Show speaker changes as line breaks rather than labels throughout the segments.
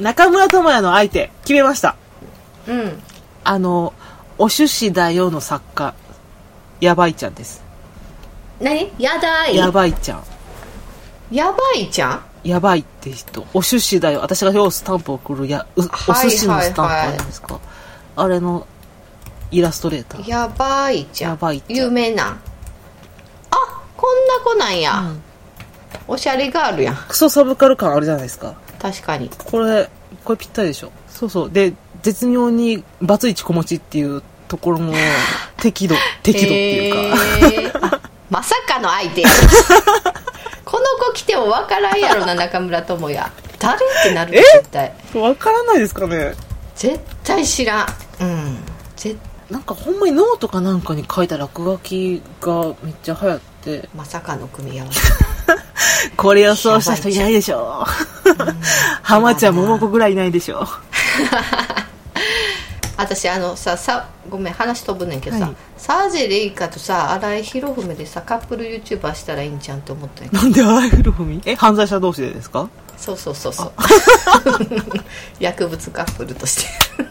中村智也の相手、決めました。
うん。
あの、お趣旨だよの作家、やばいちゃんです。
何やだい。
やばいちゃん。
やばいちゃん
やばいって人。お寿司だよ。私が今日スタンプを送るや、うお
はい
寿司のスタンプあるんですか、あれのイラストレーター。
やばいちゃん。
やばいちゃん
有名なん。あ、こんな子なんや。おしゃれガールやん。
クソサブカル感あるじゃないですか。
確かに。
これ、これぴったりでしょ。そうそう。で、絶妙にバツイチ小持ちっていうところ も適度、適度っていうか。
へーあまさかの相手やこの子来てもわからんや ろな中村智也誰ってなるよ絶対
わからないですかね
絶対知らんうんぜ
なんかほんまにノートかなんかに書いた落書きがめっちゃ流行って、
まさかの組み合わせ
これ予想した人いないでしょ。浜ちゃん、桃子ぐらいいないでしょ。
私あのささごめん話飛ぶねんけどさ、
はい
サージェレイカとさ荒井博文でさカップル YouTuber したらいいんじゃんって思ったんやけど
なんで荒井博文え、犯罪者同士でですか
そうそうそうそう 薬物カップルとして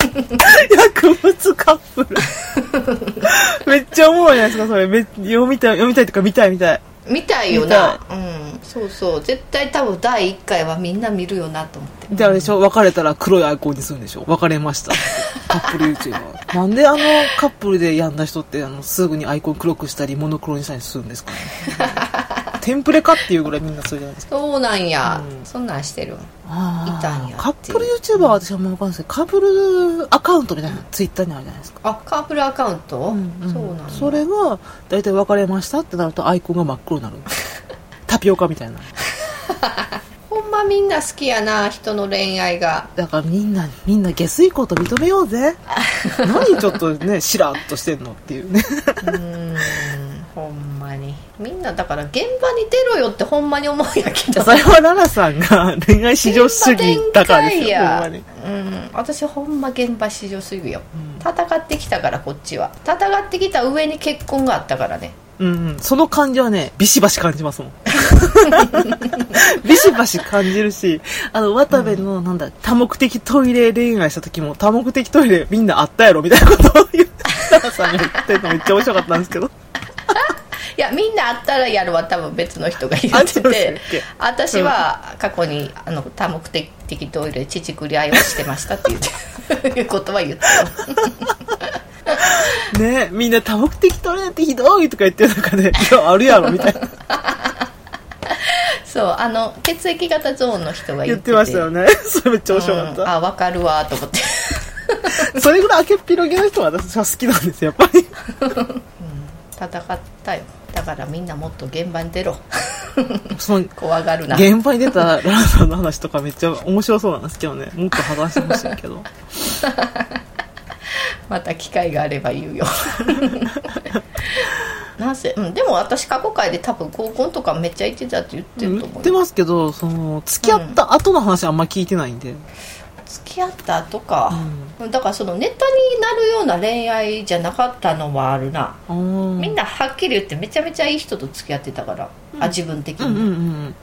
薬物カップル。 めっちゃおもろいじゃないですか、それ。め読みたい、読みたいとか見たい見たい。
見たいよなうんそうそう絶対多分第1回はみんな見るよなと思って
で、あれでしょ別れたら黒いアイコンにするんでしょ別れました。カップル YouTuber。なんであのカップルでやんだ人って、あの、すぐにアイコン黒くしたり、モノクロにしたりするんですかねテンプレかっていうぐらいみんなそうじゃないですか。
そうなんや、
うん
そんなんしてるわ
あー
いたんや
カップル YouTuber は私はもうわかんないですけど、カップルアカウントみたいなのツイッターにあるじゃないですか。
あカープルアカウント、
うんうん
そうなんや
それが大体別れましたってなるとアイコンが真っ黒になるタピオカみたいな
ほんまみんな好きやな人の恋愛が
だからみんなみんな下水こと認めようぜ何ちょっとねしらっとしてんのっていうね
うーんほんまにみんなだから現場に出ろよってほんまに思うんやけ
じゃ
ど
あそれはララさんが恋愛至上主義だからです
現
よほんま
場展
に
開やうん私ほんま現場至上主義よ、戦ってきたからこっちは戦ってきた上に結婚があったからね
うんうんその感じはねビシバシ感じますもんビシバシ感じるしあの渡部のなんだ多目的トイレ恋愛した時も多目的トイレみんなあったやろみたいなことを言うララさんが言ってるのめっちゃ面白かったんですけど
いやみんなあったらやるは多分別の人が言って
あそうで
て
したっけ
私は過去にあの多目的トイレ乳繰り合いをしてましたって言って いうことは言って
ねみんな多目的トイレってひどいとか言ってる中で、いや、あるやろみたいな
るそうあの血液型ゾーンの人が
言
言っ
っててましたよね。それめっちゃ面白か
うん
っ
あ分かるわと思って
た。それぐらい開けっぴろげの人が私は好きなんですよ、やっぱり。
戦ったよだからみんなもっと現場に出ろ
その、
怖がるな
現場に出たララさんの話とかめっちゃ面白そうなんですけどね。もっと話してほしいけど。
また機会があれば言うよ なぜ、うん、でも私過去回で多分合コンとかめ っちゃ行ってたって言ってると
言
思
っ
う
て
よ
ますけど、その、付き合った後の話あんま聞いてないんで。
付き合ったとか、だからそのネタになるような恋愛じゃなかったのはあるな、
あー
みんなはっきり言ってめちゃめちゃいい人と付き合ってたから、あ自分的
うん
に、
う
う
ん
ん
うん。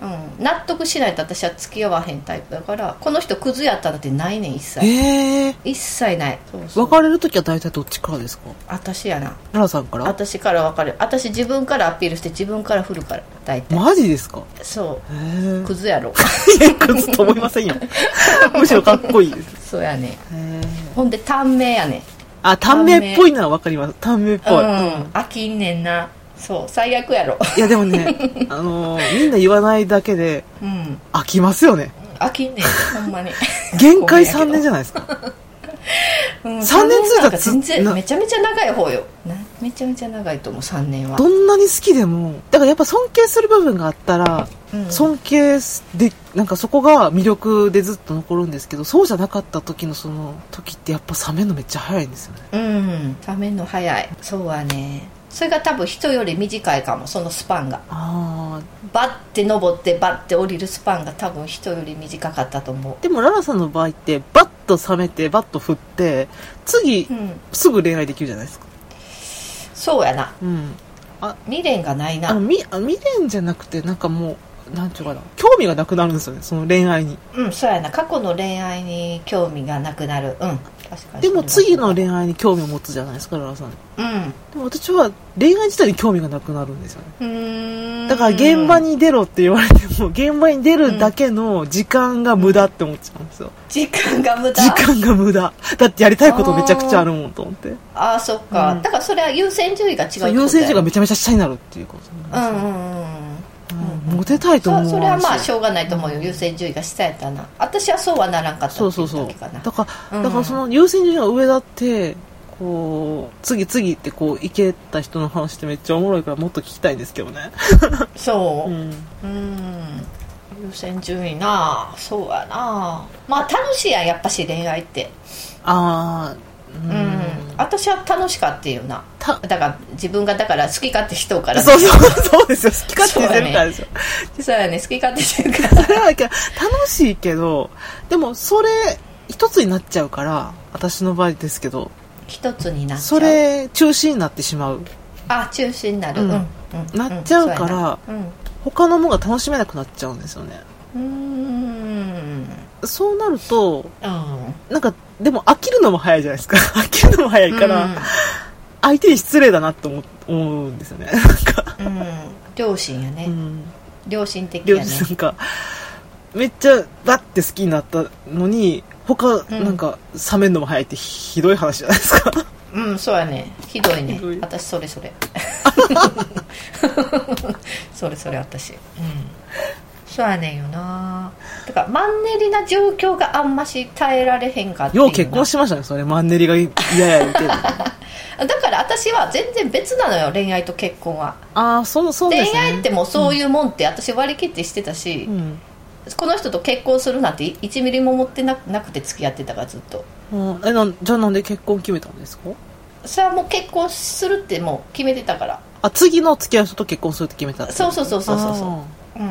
納得しないと私は付き合わへんタイプだからこの人クズやったなんてないねん一切
ええ
一切ないそうそう
別れるときは大体どっちからですか
私やな
ララさんから
私から別れる私自分からアピールして自分から振るから大体、
マジですか
そ
ええ
うクズやろ
いや、クズと思いませんよ。 むしろかっこいいです。
そうやねほんで短命やねん
あ、短命っぽいならわかります。短命っぽい。
うん飽きんねんなそう最悪やろ
いや、でも ね、あのーみんな言わないだけで、
うん
飽きますよね。
飽きんねんほんま に
限界3年じゃないですか。
うん
三年ついたら
なんか全
な
然めちゃめちゃ長い方よなめちゃめちゃ長いと思う3年は
どんなに好きでも、だからやっぱ尊敬する部分があったら、
うん
尊敬で、なんかそこが魅力でずっと残るんですけど、そうじゃなかった時のその時ってやっぱ冷めるのめっちゃ早いんですよね。
うん冷めんの早いそうはねそれが多分人より短いかもそのスパンが
あ
バッて登ってバッて降りるスパンが多分人より短かったと思
ーでもララさんの場合って、バッと冷めて、バッと振って、次
うう、ん
すぐ恋愛できるじゃないですか。
そうやな
うん。
未練がないな
あの、み、あ未練じゃなくて、なんかもう、なんちゅうかな、興味がなくなるんですよね、その恋愛に。
うんそうやな過去の恋愛に興味がなくなるうん確かに
でも次の恋愛に興味を持つじゃないですか、ララさん。で
うん
も私は恋愛自体に興味がなくなるんですよね。
うーん
だから現場に出ろって言われても、現場に出るだけの時間が無駄って思っちゃうんですよ。
時間が無駄
時間が無駄。だってやりたいことめちゃくちゃあるもんと思って。
ああそっか、
うん
だからそれは優先順位が違うって
そう
ことだよ
優先順位がめちゃめちゃ下になるっていうことなんです
う
よ
んうんう
う
ん
んモテたいと
そ
思う
それはまあし
ょ
ょうがないと思うよ優先順位が下やったな私はそうはならんかった
そうそうそう
っていだけかな
だから、
うん
だからその優先順位が上だってこう次々ってこういけた人の話ってめっちゃおもろいからもっと聞きたいんですけどね
そうう、
ん
うん優先順位なそうやなまあ楽しいやんやっぱし恋愛って
ああう
うん、
ん
私は楽しかったよな
た
だから自分がだから好き勝手人から
そうそうそうですよ好き勝手にせるからですよ
そうやね好き勝手してるか ら
それはけど楽しいけどでもそれ一つになっちゃうから私の場合ですけど
一つになっちゃう
それ中心になってしまう
あ中心になる、
う
うんん
なっちゃうから
そうやな
他のものが楽しめなくなっちゃうんですよね
うんう
そうなると
ーんうん
なんか、でも飽きるのも早いじゃないですか。 飽きるのも早いから、
うん
相手に失礼だなと思思うんですよね。 なんか、
うん両親やね、
うん。
良心的
両
やね
親なんか、めっちゃバッて好きになったのに、他、
ん
なんか、冷めるのも早いってひどい話じゃないです か。
うんそうやねひどいね
ひどい
私それそ れそれそれ私うんそうやねんよなだからマンネリな状況があんまし耐えられへんかっていう
よ
な
う結婚しましたね、それ。マンネリが嫌や言うて。
だから私は全然別なのよ恋愛と結婚は、
ああ、そう、そうですね。
恋愛ってもうそういうもんって私割り切ってしてたし、
うん。
この人と結婚するなんて1ミリも思ってななくて付き合ってたからずっと
うんえなんじゃあなんで結婚決めたんですか
それはもう結婚するってもう決めてたから
あ次の付き合う人と結婚するって決めたって
そうそうそうそうそうそう
あ
うん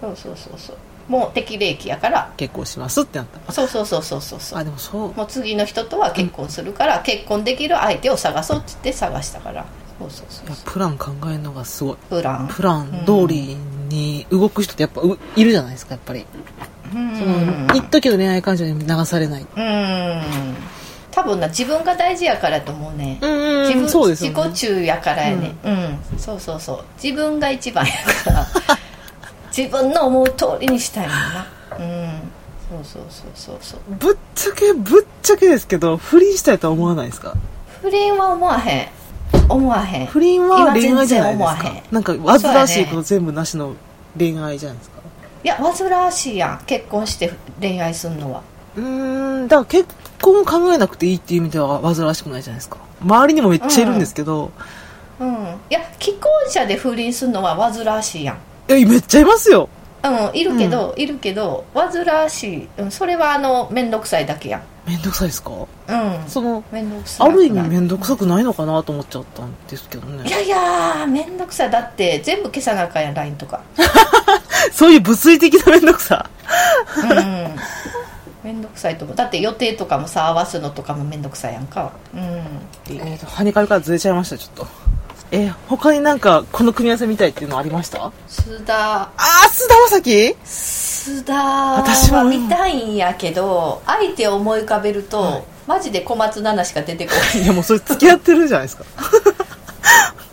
そうそうそうそうもう適齢期やから
ー結婚しますってなった
そうそうそうそうそうそ
あ
う
でもそう
もう次の人とは結婚するから、結婚できる相手を探そうって言って探したからそうそうそ
いうや
そう
プラン考えるのがすごい
プラン
プラン通りに動く人ってやっぱういるじゃないですかやっぱり
うん
その一時の恋愛感情に流されない
うん多分な自分が大事やからやと思うね、
うん
自分
そうですよ
自
ね
己中やからやねうん、そうそうそう自分が一番やから 自分の思う通りにしたいもんなうんそうそうそうそうそう
ぶっちゃけぶっちゃけですけど不倫したいとは思わないですか
不倫は思わへん思わへん
不倫は恋愛じゃないです
今全然思
か
わへ
なんか煩わしいこ
そうや
と
ね
全部なしの恋愛じゃないですか
いや煩わしいやん結婚して恋愛すんのは
うーんだから結婚を考えなくていいっていう意味では煩わしくないじゃないですか周りにもめっちゃいるんですけど、
うんいや既婚者で不倫すんのは煩わしいやん
えめっちゃいますよ
うんいるけど、いるけど煩わしい、うん、それはあの面倒くさいだけやん
めんどくさいですか
うん
その
面倒くさ
あ
い
る意味面倒くさくないのかなと思っちゃったんですけどね
いやいや面倒くさいだって全部消さなあかんやん LINE とか
そういう物理的な面倒くさ。
うん面倒くさいと思うだって予定とかもさ合わすのとかも面倒くさいやんかうん
えーと、はにかみからずれちゃいました、ちょっと。えー他になんか、この組み合わせみたいっていうのありましたあ
須田
ー、須田まさき
須田は
も
見たいんやけど相手を思い浮かべると、マジで小松菜奈しか出てこ ない
いや、もうそれ付き合ってるじゃないですか。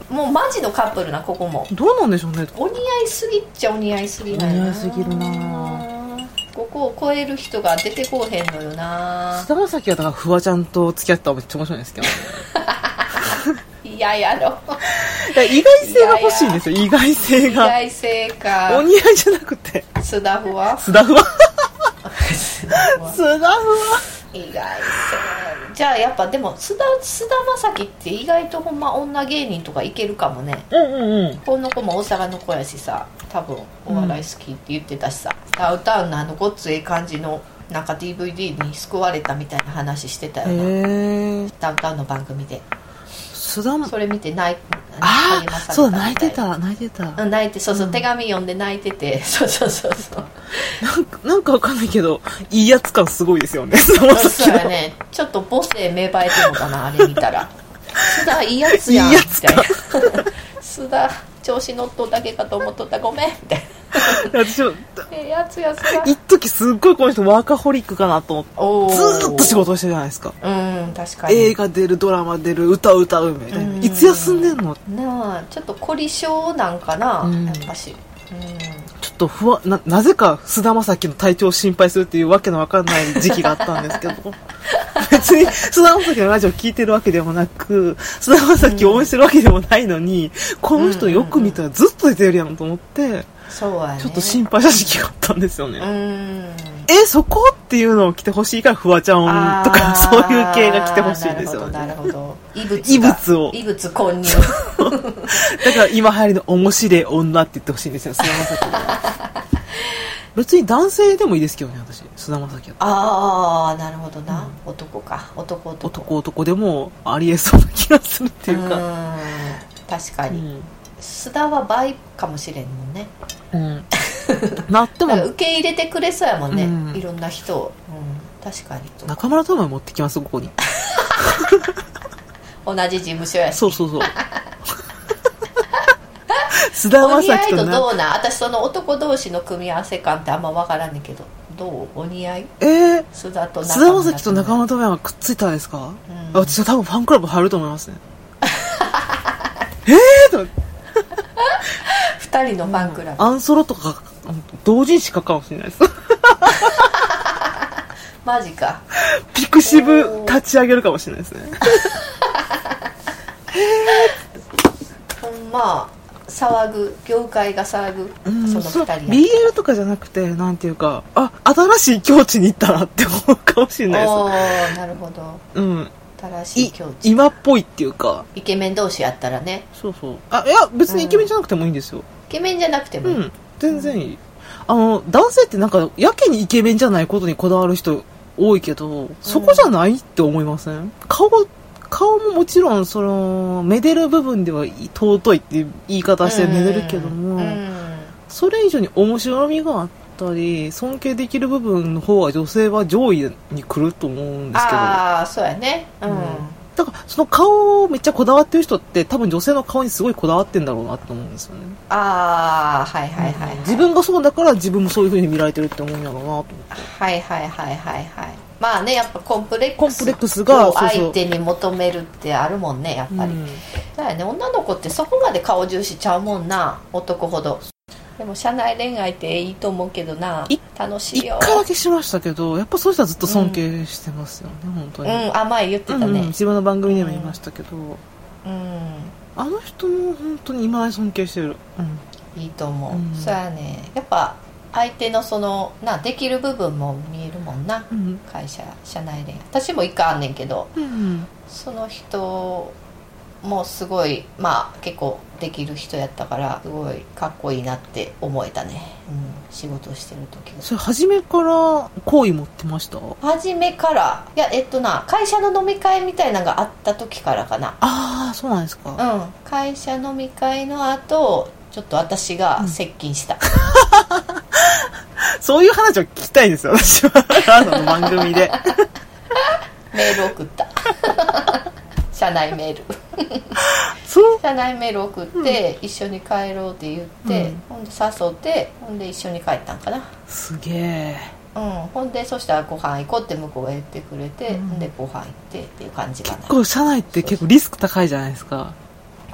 もうマジのカップルなここも
どうなんでしょうね。
お似合いすぎっちゃお似合いすぎない
お似合いすぎるな
ここを超える人が出てこうへんのよな
須田まさきはだから、フワちゃんと付き合ったらめっちゃ面白いんですけど、ね。
いややろ
いや意外性が欲しいんですよ、意外性
意
が。
外性
お
か
似合いじゃなく て。
須田ふわ
須田フワ須田フワ
意外性じゃあやっぱでも須田須田将暉って意外とほんま女芸人とかいけるかもね
うんうんうん。
この子も大阪の子やしさ多分お笑い好きって言ってたしさ、ダウンタウンのあのごっつええ感じのなんか DVD に救われたみたいな話してたよな、
へえ。
ダウンタウンの番組で
須田ま
それ見て泣い
あ
励まされ
あ、
た
そうだ、泣いて
み
た、泣いてた。
いうん泣いてそうそう、
うん
手紙読んで泣いててそうそうそうそう
なんか、なんかわかんないけど、いいやつ感すごいですよね。その
そう
時
や
の。
ねちょっと母性芽生えてるのかなあれ見 たら須田いいやつやん
いいやつか
みたいな須田調子乗っとっただけかと思っとったごめんみたいな
私も、
えやつやつが
一時すっごいこの人ワーカホリックかなと思って、
おー
ずーっと仕事してるじゃないですか。
うん確かに
映画出る、ドラマ出る、歌歌うみたいな。
うん
いつ休んでんの
なあちょっと凝り性なんかな、
うん
やっぱし、
ちょっと不安、な、なぜか菅田将暉の体調を心配するっていうわけのわかんない時期があったんですけ ど、別に菅田将暉のラジオ聞いてるわけでもなく、菅田将暉を応援してるわけでもないのに、この人よく見たらずっと出てるやんと思って、
うん、そうやね
ちょっと心配した時期があったんですよね。
うん
え、そこっていうのを着てほしいから、フワちゃん
あー
とかそういう系が着てほしいんですよね。だ
なる
か
ほどなるほど異物が
異物を
異物 混入
ら今流行りの面白い女って言ってほしいんですよ、菅田将暉に。 別に男性でもいいですけどね、私、菅田将暉は。
ああなるほどな、男か男男
男男でもありえそうな気がするっていうか、
ん確か
う
に、
ん
須田は倍かもしれんもんね
うん、なって
だから
も
受け入れてくれそうやもんね、
うん
いろんな人を、うん、確かに
中村智也持ってきますここに
同じ事務所やし
そうそうそう 菅田
お
将
似合い
暉と
と
な
どうなん私その男同士の組み合わせ感ってあんまわからんねんけどどうお似合い
えー
須田と
菅田将暉と中
間
村智也がくっついたんですか、
うん
私は多分ファンクラブ入ると思い ますねえーと思って
二人のファンクラブ、
アンソロとかうん同人誌書くかもしれないです
マジか
ピクシブ立ち上げるかもしれないですね
ほんま騒ぐ業界が騒ぐ、
うん
その二
そう
人や
BL とかじゃなくてなんていうかあ新しい境地に行ったなって思うかもしれない
お
で
ーなるほど
す、うん、
新し
い
い境地
今っぽいっていうか
イケメン同士やったらね
そうそうあいや別にイケメンじゃなくてもいいんですよ
イケメンじゃなくても、
うん、全然いいあの男性ってなんかやけにイケメンじゃないことにこだわる人多いけどそこじゃないって思いません顔顔ももちろんそのめでる部分ではい尊いっていう言い方してめでるけども、
うん
それ以上に面白みがあったり尊敬できる部分の方は女性は上位に来ると思うんですけどだ
ああそうやねうん、
うんからその顔をめっちゃこだわってる人って多分女性の顔にすごいこだわってんだろうなと思うんですよね、
ああはいはいはい、はい、
自分がそうだから自分もそういう風に見られてるって思うんやろうなと思って
はいはいはいはいはいまあねやっぱコンプレックス
コンプレックスが
を
そうそう
相手に求めるってあるもんねやっぱり、
うん
だよね女の子ってそこまで顔重視ちゃうもんな男ほどでも社内恋愛っていいと思うけどない楽しい
一
よ
回だけしましたけどやっぱそういう人はずっと尊敬してますよね、本当
う
に、
んあ前言ってた
うんうん
ね
自分の番組でも言いましたけど、
うん、
あの人も本当に今まで尊敬してる、うん
いいと思う、
うん
そうやねやっぱ相手のそのなできる部分も見えるもんな
うん
会社社内恋愛私も一回あんねんけど
うん
その人もすごいまあ結構できる人やったからすごいかっこいいなって思えたね、うん、仕事をしてる時は
それ初めから好意持ってましたあ
初めからいやえっとな会社の飲み会みたいなのがあった時からかな
あーそうなんですか、
うん会社飲み会の後ちょっと私が接近した、
そういう話を聞きたいんですよ私はあなたの番組で
メール送った 社内メール
そう
社内メール送って、一緒に帰ろうって言って、ほんで誘ってほんで一緒に帰ったんかな
すげえ
うん、ほんでそしたらご飯行こうって向こうが言ってくれて、
うん
ほんでご飯行ってっていう感じかな
こう社内って結構リスク高いじゃないですか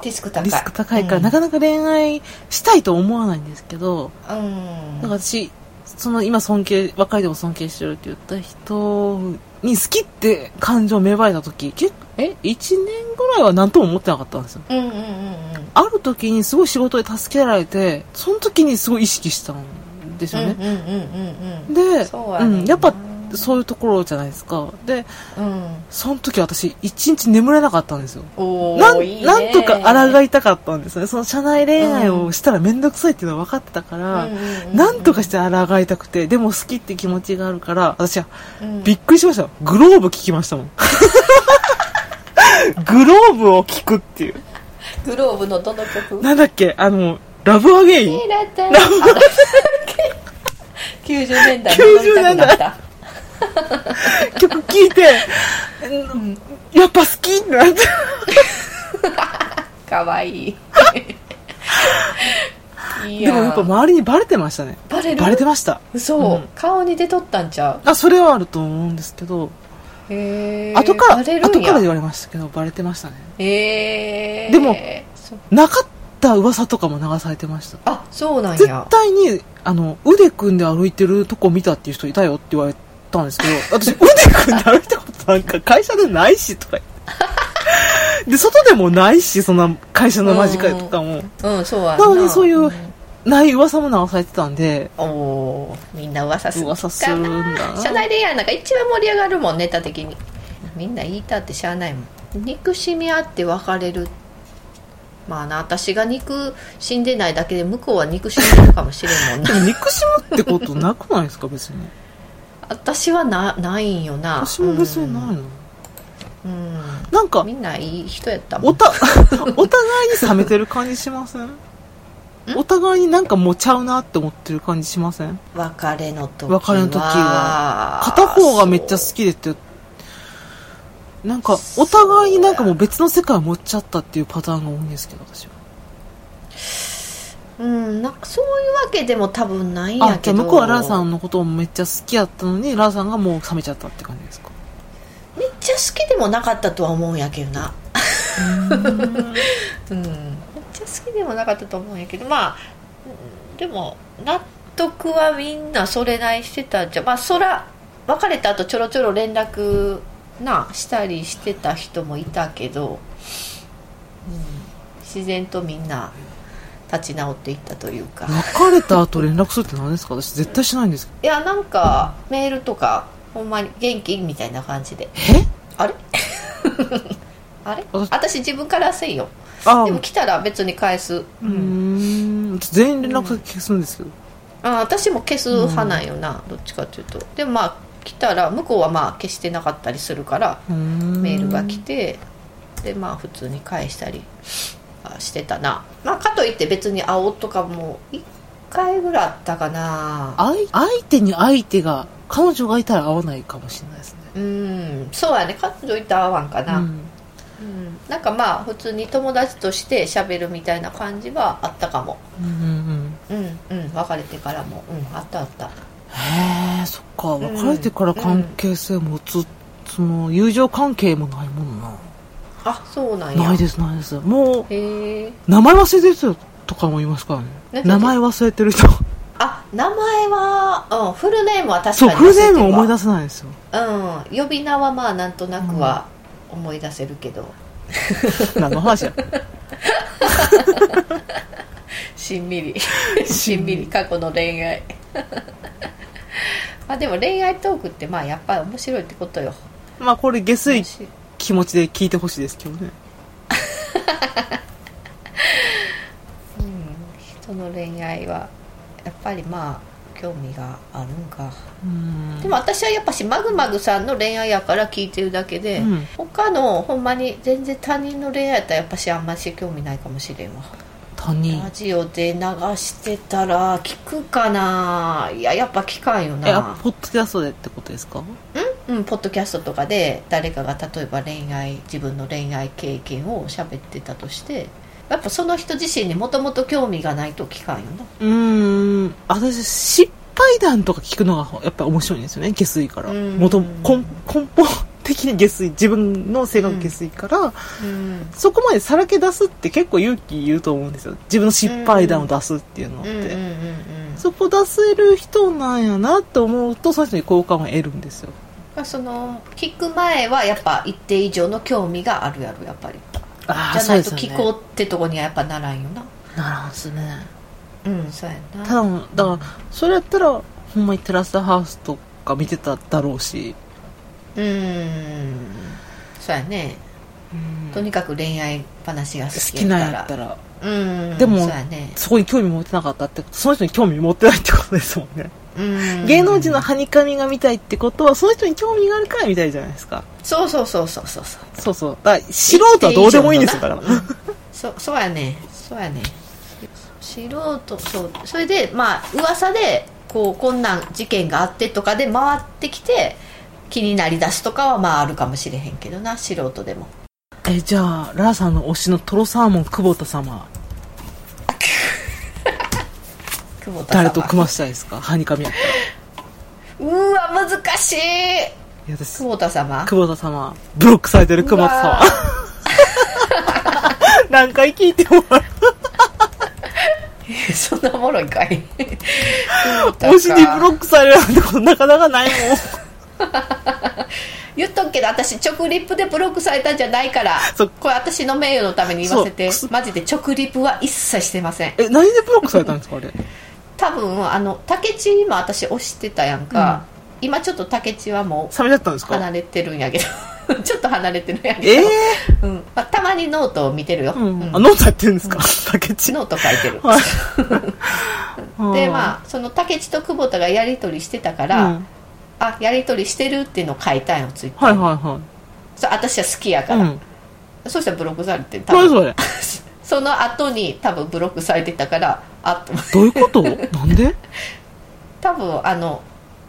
リスク高い
リスク高いから、
うん、
なかなか恋愛したいと思わないんですけど、
うん
なんか私その今尊敬若いでも尊敬してるって言った人に好きって感情芽生えた時結構え1年ぐらいは何とも思ってなかったんですよ
うんうんうんうん
ある時にすごい仕事で助けられてその時にすごい意識したんですよね、
うんうんうんうんうん
で
そうやねんな
うん、やっぱそういうところじゃないですかで
うん
その時私一日眠れなかったんですよ
おー
なん
いいね
なんとか抗いたかったんですねその社内恋愛をしたら面倒くさいっていうのは分かってたから、
うんうんうん
なんとかして抗いたくて、でも好きって気持ちがあるから、私は
うん
びっくりしましたよ。グローブ聞きましたも ん。グローブを聞くっていう。
グローブのどの曲
なんだっけ、あの、ラブアゲイン。
ラタラ90年代に乗りたくなった
曲聞いて、うんやっぱ好きってなって。
かわいいい
で
や
もやっぱ周りにバレてましたね
バレる
バレてました
嘘、
うん
顔に出とったんちゃう
あそれはあると思うんですけど、
へー
後から
バレるんや
後から言われましたけどバレてましたね
へー
でも
そ
なかった噂とかも流されてました
あそうなん
絶
や
対にあの腕組んで歩いてるとこ見たっていう人いたよって言われたんですけど 私腕組んで歩いたことなんか会社でないしとか言っ てで外でもないしそんな会社の間近とかも
うんそうやん
なのにそういうんない噂も流されてたんで
おーみんな噂する
噂するんだな
社内恋愛なんか一番盛り上がるもんネタ的にみんな言いたってしゃあないもん憎しみ合って別れるまあな私が憎しんでないだけで向こうは憎しんでるかもしれんもん
で
な
も憎しむってことなくないですか別 に
私はなないんよな
私も別にないの、
うん、うん
なんか
みんないい人やったも
お
ん
た お互いに冷めてる感じしませんお互いになんかもうちゃうなって思ってる感じしません
別れの時は
別れの時は片方がめっちゃ好きでってなんかお互いになんかもう別の世界を持っちゃったっていうパターンが多いんですけど私は
そううんなんかそういうわけでも多分ないんや
あじ
け
ゃあ
ど
向こうはラーさんのこともめっちゃ好きやったのにラーさんがもう冷めちゃったって感じですか
めっちゃ好きでもなかったとは思うんやけどなうんめっちゃ好きでもなかったと思うんやけどまあうんでも納得はみんなそれなりしてたんじゃまあそら別れた後ちょろちょろ連絡なしたりしてた人もいたけど、うん、自然とみんな立ち直っていったというか
別れた後連絡するって何ですか私絶対しないんです
いやなんかメールとかほんまに元気みたいな感じで
けどえ
あれ あれ
私
私自分からせんよ
あ
でも来たら別に返す、
うーん全員連絡先消すんですけど、
あ私も消す派なんよな、どっちかというとでもまあ来たら向こうはまあ消してなかったりするから
うーん
メールが来てでまあ普通に返したりあしてたなまあかといって別に会おうとかも1回ぐらいあったかな
相相手に相手が彼女がいたら合わないかもしれないですね
うんそうやね彼女いたら会わんかな、
うん
うんなんかまあ普通に友達として喋るみたいな感じはあったかも
うんうん
うんうん別れてからもうんあったあった
へえそっか
ん
別れてから関係性持つ、その友情関係もないもんな
あそうなんや
ないですないですもう
へえ
名前忘れてる人とかもいますから
え
ね名前忘れてる人
あ名前は、うん、フルネームは確か
そう
に
フルネームを思い出
す
せないん ですよ
うん呼び名はまあなんとなくは思い出せるけど、
何の話や
しんみり
し
し
ん
ん
み
み
り
り過去の恋愛 まあでも恋愛トークってまあやっぱり面白いってことよ
まあこれ下水
面白い
気持ちで聞いてほしいですけどね
うん人の恋愛はやっぱりまあ興味があるんか
うん
でも私はやっぱしマグマグさんの恋愛やから聞いてるだけで、
うん
他のほんまに全然他人の恋愛やったらやっぱしあんまし興味ないかもしれんわ
他人
ラジオで流してたら聞くかないややっぱ聞かんよ
えあ
な
ポッドキャストでってことですか
うんポッドキャストとかで誰かが例えば恋愛自分の恋愛経験を喋ってたとしてやっぱその人自身にもともと興味がないと聞かんよな
うーん私失敗談とか聞くのがやっぱ面白いんですよね下水から
うん
元根根本的に下水自分の性格下水から、
うん
そこまでさらけ出すって結構勇気いると思うんですよ自分の失敗談を出すっていうのって、
うんうんうん
そこ出せる人なんやなと思うとその人に好感を得るんですよ
うんその聞く前はやっぱ一定以上の興味があるやろやっぱりじ
あ
ゃないと聞こうってとこにはやっぱならんよな
うなるほどですね
うんそうやな
ただのだからそれやったらほんまにテラスハウスとか見てただろうし
うーんそうやねとにかく恋愛話が好
好
き
き
や
なん
から
やったら
うん
でも
そうやね
そこに興味持ってなかったってことその人に興味持ってないってことですもんね、
うん
芸能人のはにかみが見たいってことはその人に興味があるから見たいじゃないですか
そうそうそうそうそうそう
そうそうだから素人はどうでもいいんですよだから
うん そそうやねそうやね素人そうそれでまあ噂でこうこんなん事件があってとかで回ってきて気になりだすとかはまああるかもしれへんけどな素人でも
えじゃあララさんの推しのトロサーモン久保田様
久保田様
誰と組ましたいですかはにかみ合ったら
うーわ難しい
いや私
久保田様
久保田様ブロックされてる久保田
うわ
様 何回聞いても
ー そんなおもろいか い
推しにブロ
ク
ックされるなんてことなかなか ないもん
言っとくけど私直リップでブロックされたんじゃないから
そう
これ私の名誉のために言わせて
そう
マジで直リップは一切してません
え何でブロックされたんですかあれ
多分あの竹地今私推してたやんか、今ちょっと竹地はも
冷めちゃったんです
う離
か
れてるんやけど ちょっと離れてるんやけど
ええ
うんまあ、たまにノートを見てるよ、
ーうん
うん
あノートやってるんですか 竹内
ノート書いてる
はい
でまあその竹地と久保田がやり取りしてたから、
うん
あやり取りしてるっていうのを書いたんよツイッター
はい
に
は
そう私は好きや
い
か
はい。う
ら、
ん。
そうしたらブロックされて多
何
分
それ
その後に多分ブロックされてたからあと
どういうことなんで
多分あの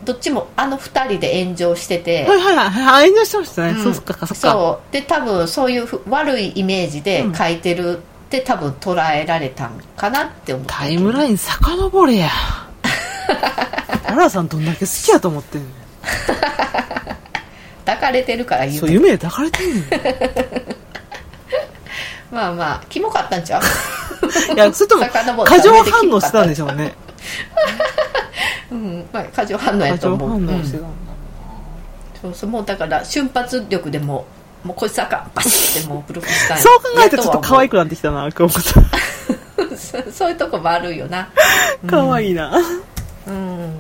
どっちもあの2人で炎上してて、
はいはいはいはい。炎上してましたね。
うん
そうっすか、そっか。
そうで多分そういうふ悪いイメージで書いてるって、多分捉えられたんかなって思った
タイムライン遡れ や。アラさんどんだけ好きやと思ってんね
抱かれてるから
ん。
言う
そう、夢で抱かれてんね ん。
まあまあキモかったんちゃう
いや、それと も、
遡った
過剰反応してたんでしょう ね。
うんまあ過剰反応
過
やと
剰
思う
反応
うん
してたんだ。
そうそうもうだから瞬発力でもうもうこいつあかんバシッてもうブロックしたんや
そう考えてちょっと可愛
く
くなってきたな、久保田。
そうそういうとこもあるよな
可愛いな。
うん